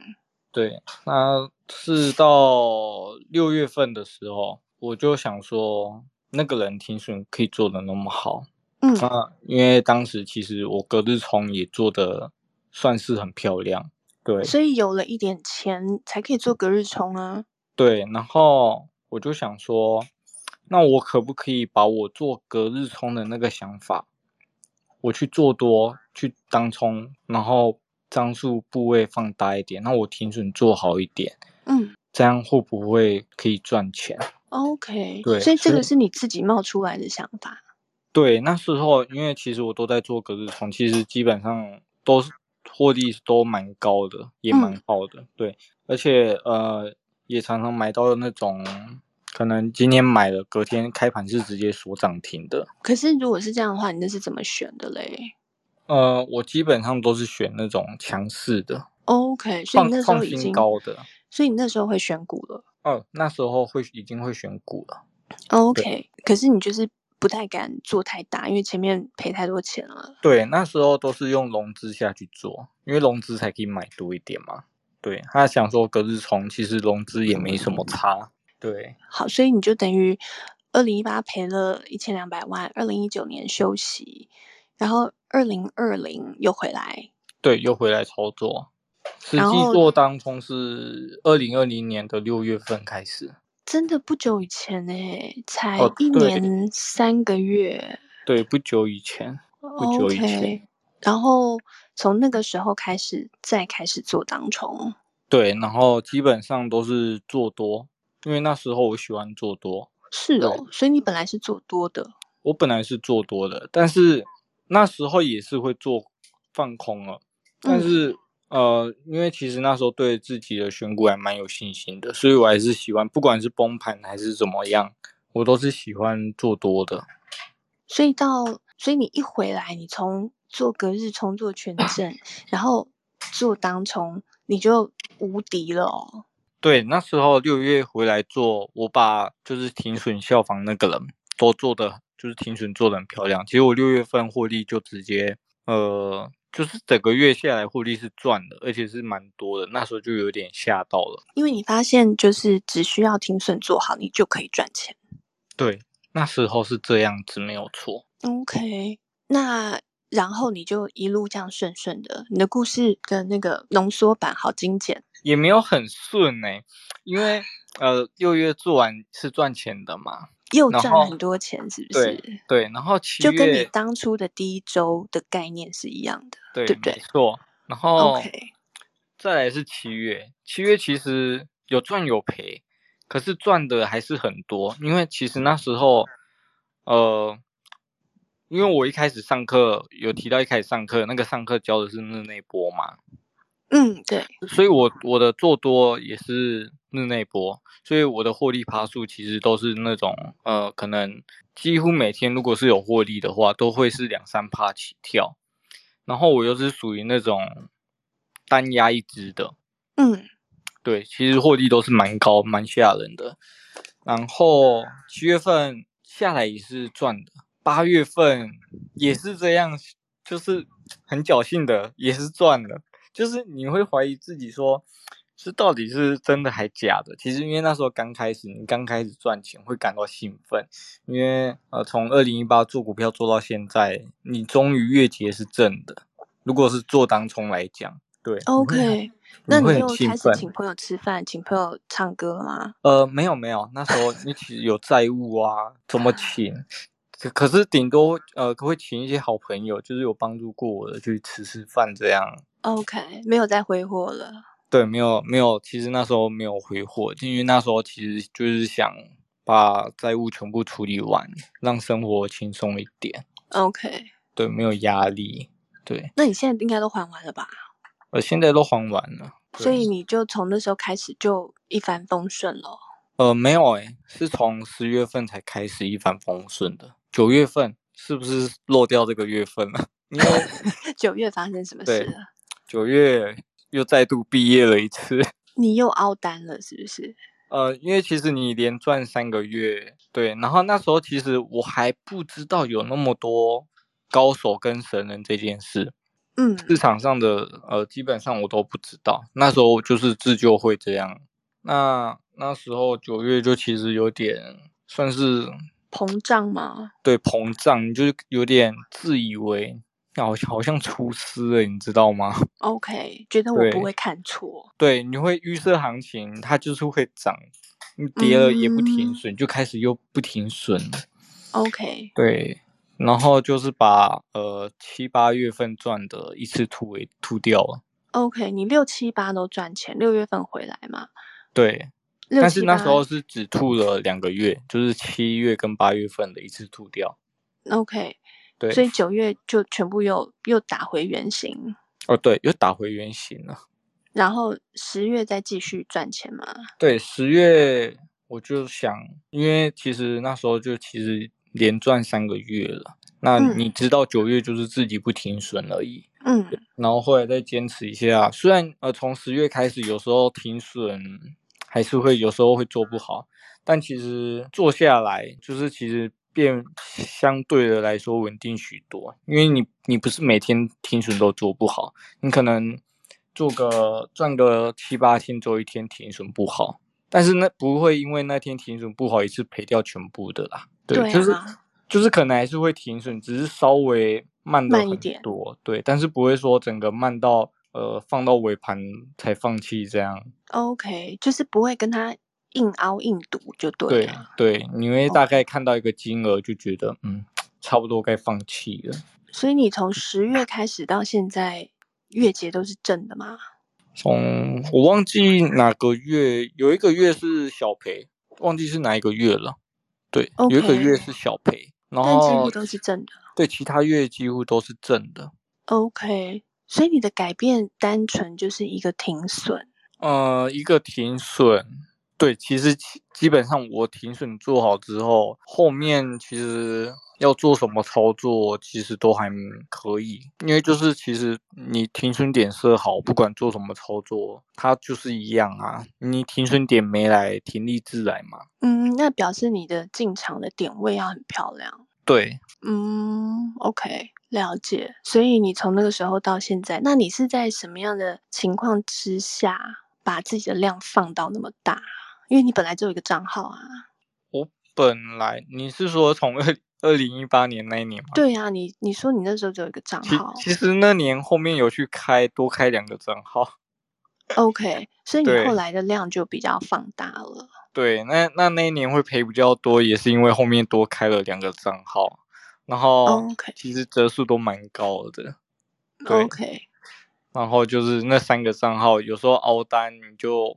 [SPEAKER 2] 对，那是到六月份的时候，我就想说，那个人停损可以做的那么好，
[SPEAKER 1] 嗯
[SPEAKER 2] 那因为当时其实我隔日冲也做的算是很漂亮，对
[SPEAKER 1] 所以有了一点钱才可以做隔日冲啊。
[SPEAKER 2] 对，然后我就想说，那我可不可以把我做隔日冲的那个想法，我去做多去当冲，然后张数部位放大一点，那我停损做好一点，
[SPEAKER 1] 嗯
[SPEAKER 2] 这样会不会可以赚钱？
[SPEAKER 1] ，OK，
[SPEAKER 2] 对
[SPEAKER 1] 所以这
[SPEAKER 2] 所以
[SPEAKER 1] 个是你自己冒出来的想法。
[SPEAKER 2] 对，那时候因为其实我都在做隔日冲，其实基本上都是获利都蛮高的，也蛮
[SPEAKER 1] 嗯
[SPEAKER 2] 好的。对，而且呃，也常常买到那种可能今天买了，隔天开盘是直接锁涨停的。
[SPEAKER 1] 可是如果是这样的话，你那是怎么选的嘞
[SPEAKER 2] 呃，我基本上都是选那种强势的，
[SPEAKER 1] ？OK，所以
[SPEAKER 2] 创
[SPEAKER 1] 你那时
[SPEAKER 2] 创
[SPEAKER 1] 候已
[SPEAKER 2] 新
[SPEAKER 1] 经，
[SPEAKER 2] 高的。
[SPEAKER 1] 所以你那时候会选股了。
[SPEAKER 2] 哦，那时候会已经会选股了。
[SPEAKER 1] OK，可是你就是不太敢做太大，因为前面赔太多钱了。
[SPEAKER 2] 对，那时候都是用融资下去做，因为融资才可以买多一点嘛。对他想说隔日冲，其实融资也没什么差。对
[SPEAKER 1] 好，所以你就等于二零一八赔了一千两百万，二零一九年休息，然后二零二零又回来。
[SPEAKER 2] 对，又回来操作。实
[SPEAKER 1] 然
[SPEAKER 2] 际
[SPEAKER 1] 后
[SPEAKER 2] 做当冲是二零二零年的六月份开始，
[SPEAKER 1] 真的不久以前呢、才
[SPEAKER 2] 哦
[SPEAKER 1] 一
[SPEAKER 2] 对
[SPEAKER 1] 年三个月。
[SPEAKER 2] 对，不久以前，不久
[SPEAKER 1] OK，
[SPEAKER 2] 以前，
[SPEAKER 1] 然后从那个时候开始再开始做当冲。
[SPEAKER 2] 对，然后基本上都是做多，因为那时候我喜欢做多，
[SPEAKER 1] 是哦，所以你本来是做多的。
[SPEAKER 2] 我本来是做多的，但是那时候也是会做放空了，但
[SPEAKER 1] 嗯
[SPEAKER 2] 是、呃，因为其实那时候对自己的选股还蛮有信心的，所以我还是喜欢，不管是崩盘还是怎么样，我都是喜欢做多的。
[SPEAKER 1] 所以到，所以你一回来，你从做隔日冲做 全证，然后做当冲，你就无敌了哦。
[SPEAKER 2] 对，那时候六月回来做，我把就是停损效仿那个人都做的，就是停损做的很漂亮。其实我六月份获利就直接，呃，就是整个月下来获利是赚的，而且是蛮多的。那时候就有点吓到了。
[SPEAKER 1] 因为你发现，就是只需要停损做好，你就可以赚钱。
[SPEAKER 2] 对，那时候是这样子，没有错。
[SPEAKER 1] OK，那然后你就一路这样顺顺的，你的故事的那个浓缩版好精简。
[SPEAKER 2] 也没有很顺呢、因为呃六月做完是赚钱的嘛，
[SPEAKER 1] 又
[SPEAKER 2] 然
[SPEAKER 1] 赚
[SPEAKER 2] 后
[SPEAKER 1] 了很多钱，是不是？
[SPEAKER 2] 对，然后七
[SPEAKER 1] 就跟你
[SPEAKER 2] 月
[SPEAKER 1] 当初的第一周的概念是一样的。
[SPEAKER 2] 对
[SPEAKER 1] 对不对
[SPEAKER 2] 没错，然后
[SPEAKER 1] OK，
[SPEAKER 2] 再来是七月，七月其实有赚有赔，可是赚的还是很多，因为其实那时候呃。因为我一开始上课有提到，一开始上课那个上课教的是日内波嘛，
[SPEAKER 1] 嗯，对，
[SPEAKER 2] 所以我我的做多也是日内波，所以我的获利趴数其实都是那种呃，可能几乎每天如果是有获利的话，都会是两三趴起跳。然后我又是属于那种单压一只的，
[SPEAKER 1] 嗯，
[SPEAKER 2] 对，其实获利都是蛮高、蛮吓人的。然后七月份下来也是赚的，八月份也是这样，就是很侥幸的，也是赚的。就是你会怀疑自己说，这到底是真的还假的？其实因为那时候刚开始，你刚开始赚钱会感到兴奋，因为呃，从二零一八做股票做到现在，你终于月结是正的。如果是做当冲来讲，对
[SPEAKER 1] OK，那
[SPEAKER 2] 嗯
[SPEAKER 1] 你
[SPEAKER 2] 你啊会
[SPEAKER 1] 又
[SPEAKER 2] 很兴
[SPEAKER 1] 开始
[SPEAKER 2] 奋。
[SPEAKER 1] 请朋友吃饭，请朋友唱歌了吗？
[SPEAKER 2] 呃，没有没有，那时候你其实有债务啊，怎么请？可可是顶多呃，会请一些好朋友，就是有帮助过我的去吃吃饭这样。
[SPEAKER 1] OK，没有再挥霍了。
[SPEAKER 2] 对，没有没有，其实那时候没有挥霍，因为那时候其实就是想把债务全部处理完，让生活轻松一点，
[SPEAKER 1] OK，
[SPEAKER 2] 对，没有压力，对，
[SPEAKER 1] 那你现在应该都还完了吧？
[SPEAKER 2] 我现在都还完了。
[SPEAKER 1] 所
[SPEAKER 2] 对
[SPEAKER 1] 以你就从那时候开始就一帆风顺了。
[SPEAKER 2] 呃，没有诶、是从十月份才开始一帆风顺的。九月份是不是漏掉这个月份了？ 因为
[SPEAKER 1] 九月发生什么事
[SPEAKER 2] 对
[SPEAKER 1] 了？
[SPEAKER 2] 九月又再度毕业了一次。
[SPEAKER 1] 你又凹单了，是不是？
[SPEAKER 2] 呃，因为其实你连赚三个月，对，然后那时候其实我还不知道有那么多高手跟神人这件事，
[SPEAKER 1] 嗯
[SPEAKER 2] 市场上的呃基本上我都不知道。那时候就是自救会这样，那那时候九月就其实有点算是
[SPEAKER 1] 膨胀嘛，
[SPEAKER 2] 对膨胀，你就是有点自以为好像好像出师了，你知道吗？
[SPEAKER 1] OK，觉得我不
[SPEAKER 2] 对
[SPEAKER 1] 会看错，
[SPEAKER 2] 对，你会预设行情，它就是会涨，你跌了也不停
[SPEAKER 1] 嗯
[SPEAKER 2] 损，就开始又不停损。
[SPEAKER 1] OK，
[SPEAKER 2] 对，然后就是把呃七八月份赚的一次吐为吐掉了。
[SPEAKER 1] OK，你六七八都赚钱，六月份回来嘛？
[SPEAKER 2] 对，
[SPEAKER 1] 六
[SPEAKER 2] 但是
[SPEAKER 1] 七
[SPEAKER 2] 那
[SPEAKER 1] 八
[SPEAKER 2] 时候是只吐了两个月，就是七月跟八月份的一次吐掉。
[SPEAKER 1] OK，
[SPEAKER 2] 对，
[SPEAKER 1] 所以九月就全部又又打回原形，
[SPEAKER 2] 哦对，又打回原形了。
[SPEAKER 1] 然后十月再继续赚钱嘛？
[SPEAKER 2] 对，十月我就想，因为其实那时候就其实连赚三个月了。那
[SPEAKER 1] 嗯
[SPEAKER 2] 你知道九月就是自己不停损而已，
[SPEAKER 1] 嗯
[SPEAKER 2] 然后后来再坚持一下。虽然呃从十月开始，有时候停损还是会有时候会做不好，但其实做下来就是其实变相对的来说稳定许多，因为你你不是每天停损都做不好，你可能做个赚个七八天，做一天停损不好，但是那不会因为那天停损不好一次赔掉全部的啦。
[SPEAKER 1] 对
[SPEAKER 2] 就是
[SPEAKER 1] 啊
[SPEAKER 2] 就是可能还是会停损，只是稍微慢了
[SPEAKER 1] 慢一
[SPEAKER 2] 很
[SPEAKER 1] 点
[SPEAKER 2] 多，对，但是不会说整个慢到呃放到尾盘才放弃这样，
[SPEAKER 1] ，OK，就是不会跟他硬凹硬赌就对啊哦
[SPEAKER 2] 对啊
[SPEAKER 1] 了。
[SPEAKER 2] 对，你会大概看到一个金额就觉得嗯，差不多该放弃了。
[SPEAKER 1] 所以你从十月开始到现在，月结都是正的嘛？
[SPEAKER 2] 从我忘记哪个月有一个月是小赔，忘记是哪一个月了，对有一个月
[SPEAKER 1] OK
[SPEAKER 2] 是小赔，然
[SPEAKER 1] 但几
[SPEAKER 2] 后
[SPEAKER 1] 乎都是正的。
[SPEAKER 2] 对其他月几乎都是正的。
[SPEAKER 1] OK，所以你的改变单纯就是一个停损。
[SPEAKER 2] 呃，一个停损，对，其实基基本上我停损做好之后，后面其实要做什么操作，其实都还可以，因为就是其实你停损点设好，不管做什么操作，它就是一样啊。你停损点没来，停利自来嘛。
[SPEAKER 1] 嗯，那表示你的进场的点位要很漂亮。
[SPEAKER 2] 对，
[SPEAKER 1] 嗯，OK，了解。所以你从那个时候到现在，那你是在什么样的情况之下把自己的量放到那么大？因为你本来就有一个账号啊。
[SPEAKER 2] 我本来你是说从二二零一八年那一年吗？
[SPEAKER 1] 对啊，你你说你那时候就有一个账
[SPEAKER 2] 其
[SPEAKER 1] 号
[SPEAKER 2] 其实那年后面有去开多开两个账号。
[SPEAKER 1] ，OK，所以你后
[SPEAKER 2] 对
[SPEAKER 1] 来的量就比较放大了。
[SPEAKER 2] 对，那那那一年会赔比较多，也是因为后面多开了两个账号，然后
[SPEAKER 1] 哦 OK
[SPEAKER 2] 其实折数都蛮高的，对
[SPEAKER 1] OK，
[SPEAKER 2] 然后就是那三个账号有时候凹单，你就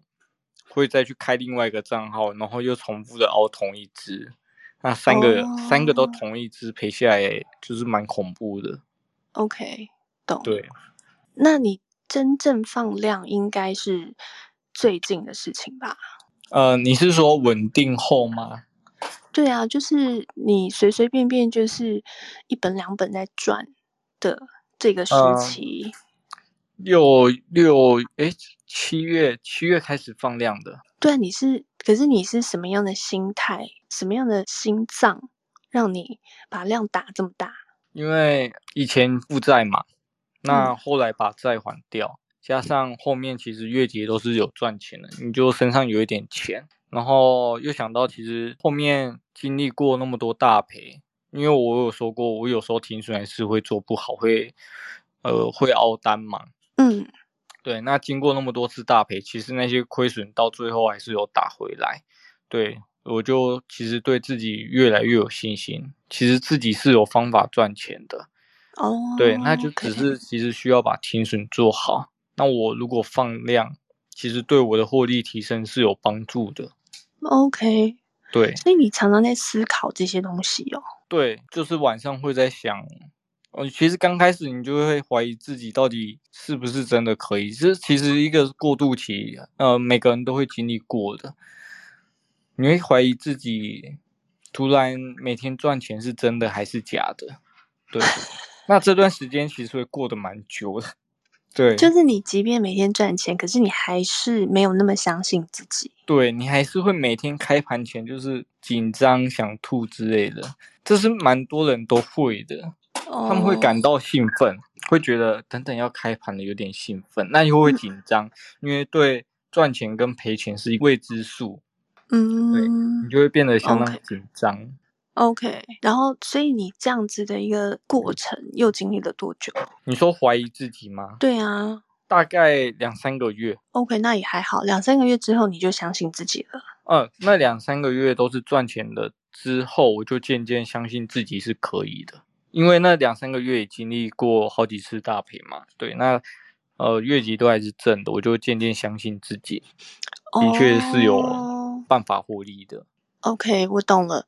[SPEAKER 2] 会再去开另外一个账号，然后又重复的凹同一只，那三个、三个都
[SPEAKER 1] 哦
[SPEAKER 2] 同一只赔下来，就是蛮恐怖的。
[SPEAKER 1] OK，懂。
[SPEAKER 2] 对，
[SPEAKER 1] 那你真正放量应该是最近的事情吧？
[SPEAKER 2] 呃，你是说稳定后吗？
[SPEAKER 1] 对啊，就是你随随便便就是一本两本在赚的这个时
[SPEAKER 2] 嗯
[SPEAKER 1] 期，
[SPEAKER 2] 六六诶，七月七月开始放量的。
[SPEAKER 1] 对啊，你是，可是你是什么样的心态，什么样的心脏，让你把量打这么大？
[SPEAKER 2] 因为以前负债嘛，那后来把债还掉，加上后面其实月结都是有赚钱的，你就身上有一点钱，然后又想到其实后面经历过那么多大赔，因为我有说过，我有时候停损还是会做不好，会呃会凹单嘛。
[SPEAKER 1] 嗯
[SPEAKER 2] 对，那经过那么多次大赔，其实那些亏损到最后还是有打回来。对，我就其实对自己越来越有信心，其实自己是有方法赚钱的。
[SPEAKER 1] 哦，
[SPEAKER 2] 对，那就
[SPEAKER 1] OK
[SPEAKER 2] 只是其实需要把停损做好。那我如果放量，其实对我的获利提升是有帮助的。
[SPEAKER 1] 哦 OK，
[SPEAKER 2] 对
[SPEAKER 1] 所以你常常在思考这些东西哦。
[SPEAKER 2] 对，就是晚上会在想，呃，其实刚开始你就会怀疑自己到底是不是真的可以。这其实一个过渡期，呃，每个人都会经历过的。你会怀疑自己，突然每天赚钱是真 的还是假的？对，那这段时间其实会过得蛮久的。对，
[SPEAKER 1] 就是你即便每天赚钱，可是你还是没有那么相信自己。
[SPEAKER 2] 对你还是会每天开盘前就是紧张、想吐之类的，这是蛮多人都会的。他们会
[SPEAKER 1] 哦
[SPEAKER 2] 感到兴奋，会觉得等等要开盘了有点兴奋，那又会紧张，因为对赚钱跟赔钱是一未知数，
[SPEAKER 1] 嗯
[SPEAKER 2] 你就会变得相
[SPEAKER 1] OK
[SPEAKER 2] 当紧张。
[SPEAKER 1] ，OK。然后，所以你这样子的一个过程又经历了多久？
[SPEAKER 2] 你说怀疑自己吗？
[SPEAKER 1] 对啊
[SPEAKER 2] 大概两三个月，
[SPEAKER 1] ，OK，那也还好。两三个月之后，你就相信自己了。
[SPEAKER 2] 嗯、那两三个月都是赚钱的。之后我就渐渐相信自己是可以的，因为那两三个月也经历过好几次大赔嘛。对，那呃月级都还是正的，我就渐渐相信自己的确是有
[SPEAKER 1] 哦
[SPEAKER 2] 办法获利的。
[SPEAKER 1] OK，我懂了，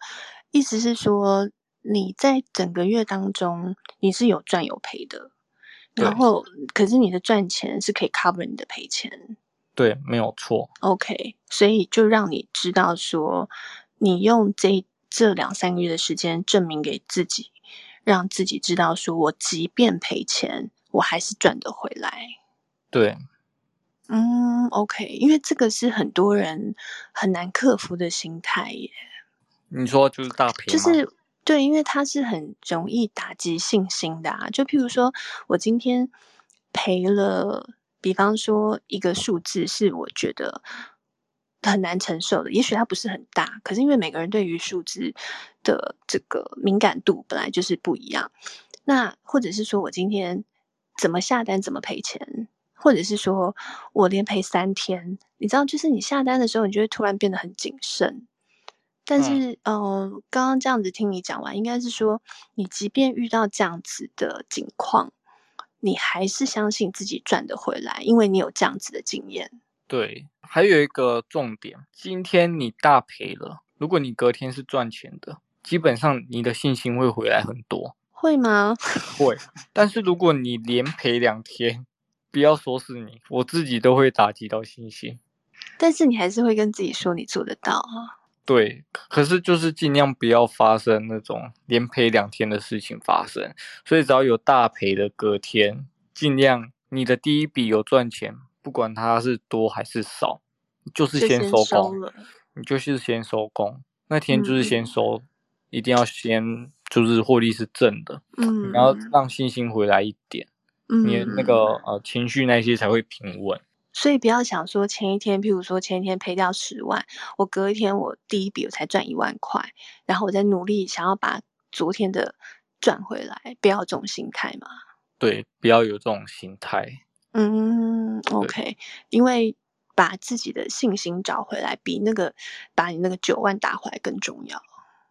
[SPEAKER 1] 意思是说你在整个月当中你是有赚有赔的，然
[SPEAKER 2] 对
[SPEAKER 1] 后可是你的赚钱是可以 cover 你的赔钱
[SPEAKER 2] 对，没有错。
[SPEAKER 1] ，OK，所以就让你知道说你用这这两三个月的时间证明给自己，让自己知道说我即便赔钱，我还是赚得回来。
[SPEAKER 2] 对，
[SPEAKER 1] 嗯，OK，因为这个是很多人很难克服的心态耶。
[SPEAKER 2] 你说就是大赔
[SPEAKER 1] 就
[SPEAKER 2] 吗？
[SPEAKER 1] 是对，因为它是很容易打击信心的啊。就譬如说，我今天赔了，比方说一个数字是我觉得很难承受的，也许它不是很大，可是因为每个人对于数字的这个敏感度本来就是不一样。那或者是说我今天怎么下单怎么赔钱，或者是说我连赔三天，你知道，就是你下单的时候，你就会突然变得很谨慎。但
[SPEAKER 2] 嗯
[SPEAKER 1] 是，嗯、呃，刚刚这样子听你讲完，应该是说，你即便遇到这样子的情况，你还是相信自己赚得回来，因为你有这样子的经验。
[SPEAKER 2] 对，还有一个重点，今天你大赔了，如果你隔天是赚钱的，基本上你的信心会回来很多。
[SPEAKER 1] 会吗？
[SPEAKER 2] 会，但是如果你连赔两天，不要说是你，我自己都会打击到信心。
[SPEAKER 1] 但是你还是会跟自己说你做得到啊。
[SPEAKER 2] 对，可可是就是尽量不要发生那种连赔两天的事情发生，所以只要有大赔的隔天，尽量你的第一笔有赚钱，不管它是多还是少，就是
[SPEAKER 1] 就
[SPEAKER 2] 先
[SPEAKER 1] 先
[SPEAKER 2] 收
[SPEAKER 1] 收
[SPEAKER 2] 工，
[SPEAKER 1] 了
[SPEAKER 2] 你就是先收工，那天就是
[SPEAKER 1] 嗯
[SPEAKER 2] 先收，一定要先就是获利是正的，
[SPEAKER 1] 嗯，
[SPEAKER 2] 然后让信心回来一点，你的那
[SPEAKER 1] 嗯
[SPEAKER 2] 个呃情绪那些才会平稳。
[SPEAKER 1] 所以不要想说前一天，譬如说前一天赔掉十万，我隔一天我第一笔我才赚一万块，然后我再努力想要把昨天的赚回来，不要有这种心态嘛。
[SPEAKER 2] 对，不要有这种心态。
[SPEAKER 1] 嗯，OK，因为把自己的信心找回来，比那个把你那个九万打回来更重要。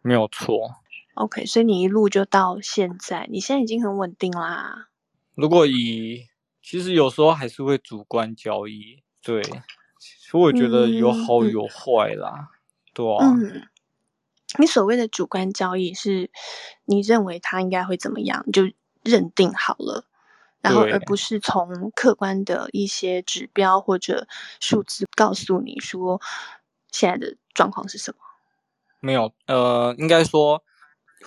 [SPEAKER 2] 没有错，
[SPEAKER 1] OK，所以你一路就到现在，你现在已经很稳定啦。
[SPEAKER 2] 如果以其实有时候还是会主观交易，对，所以我觉得有
[SPEAKER 1] 嗯
[SPEAKER 2] 好
[SPEAKER 1] 嗯
[SPEAKER 2] 有坏啦，对啊，
[SPEAKER 1] 嗯，你所谓的主观交易是，你认为他应该会怎么样，你就认定好了，然后
[SPEAKER 2] 对
[SPEAKER 1] 而不是从客观的一些指标或者数字告诉你说现在的状况是什么。
[SPEAKER 2] 没有，呃，应该说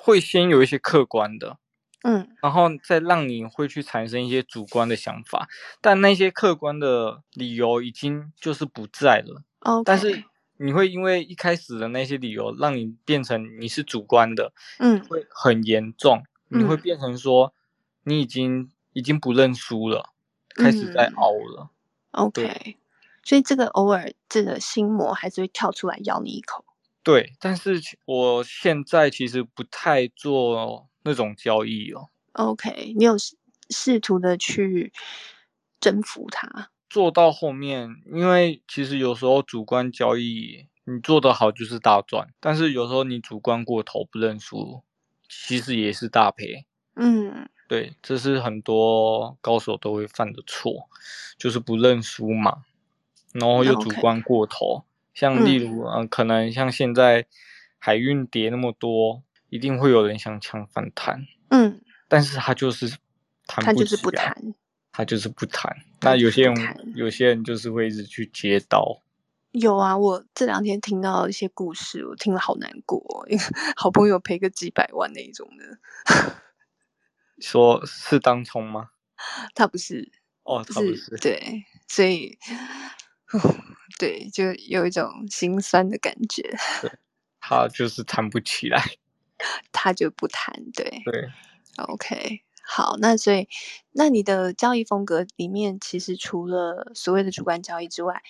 [SPEAKER 2] 会先有一些客观的，
[SPEAKER 1] 嗯
[SPEAKER 2] 然后再让你会去产生一些主观的想法，但那些客观的理由已经就是不在了，
[SPEAKER 1] ，OK，
[SPEAKER 2] 但是你会因为一开始的那些理由，让你变成你是主观的，
[SPEAKER 1] 嗯
[SPEAKER 2] 会很严重，你会
[SPEAKER 1] 嗯
[SPEAKER 2] 变成说你已经已经不认输了，开始在
[SPEAKER 1] 嗯
[SPEAKER 2] 熬了。
[SPEAKER 1] ，OK，所以这个偶尔这个心魔还是会跳出来咬你一口。
[SPEAKER 2] 对，但是其我现在其实不太做那种交易哦，
[SPEAKER 1] OK，你有试试图的去征服它。
[SPEAKER 2] 做到后面，因为其实有时候主观交易你做得好就是大赚，但是有时候你主观过头不认输，其实也是大赔。
[SPEAKER 1] 嗯
[SPEAKER 2] 对，这是很多高手都会犯的错，就是不认输嘛，然后又主
[SPEAKER 1] 哦 OK
[SPEAKER 2] 观过头。像例如，嗯、可能像现在海运跌那么多，一定会有人想抢反弹，
[SPEAKER 1] 嗯，
[SPEAKER 2] 但是他就是弹
[SPEAKER 1] 它
[SPEAKER 2] 不
[SPEAKER 1] 就是
[SPEAKER 2] 起啊
[SPEAKER 1] 不
[SPEAKER 2] 来，
[SPEAKER 1] 谈。
[SPEAKER 2] 他就是不弹。
[SPEAKER 1] 他
[SPEAKER 2] 那
[SPEAKER 1] 就
[SPEAKER 2] 有
[SPEAKER 1] 是
[SPEAKER 2] 些
[SPEAKER 1] 不
[SPEAKER 2] 人
[SPEAKER 1] 弹，
[SPEAKER 2] 有些人就是会一直去接刀。
[SPEAKER 1] 有啊，我这两天听到一些故事，我听了好难过哦，因为 好朋友赔个几百万那一种的，
[SPEAKER 2] 说是当冲吗？
[SPEAKER 1] 他不是，
[SPEAKER 2] 哦，他不是，
[SPEAKER 1] 对，所以， 对，就有一种心酸的感觉。
[SPEAKER 2] 他就是弹不起来。
[SPEAKER 1] 他就不谈，对
[SPEAKER 2] 对，
[SPEAKER 1] ，OK，好，那所以，那你的交易风格里面，其实除了所谓的主观交易之外，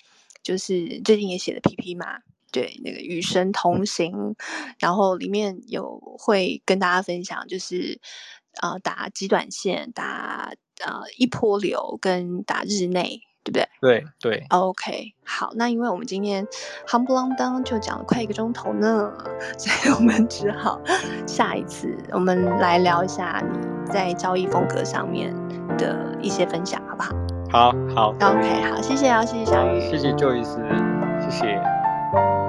[SPEAKER 1] 就是最近也写了 PP 嘛，对，那个与神同行，然后里面有会跟大家分享，就是呃打极短线，打呃一波流跟打日内，对不对？
[SPEAKER 2] 对对，
[SPEAKER 1] OK，好，那因为我们今天夯不啷当就讲了快一个钟头呢， 所以我们只好 下一次我们来聊一下你在交易风格上面的一些分享，好不好
[SPEAKER 2] 好好，
[SPEAKER 1] 哦？OK，好，谢谢啊，谢谢小雨，
[SPEAKER 2] 谢谢 Joyce，谢谢。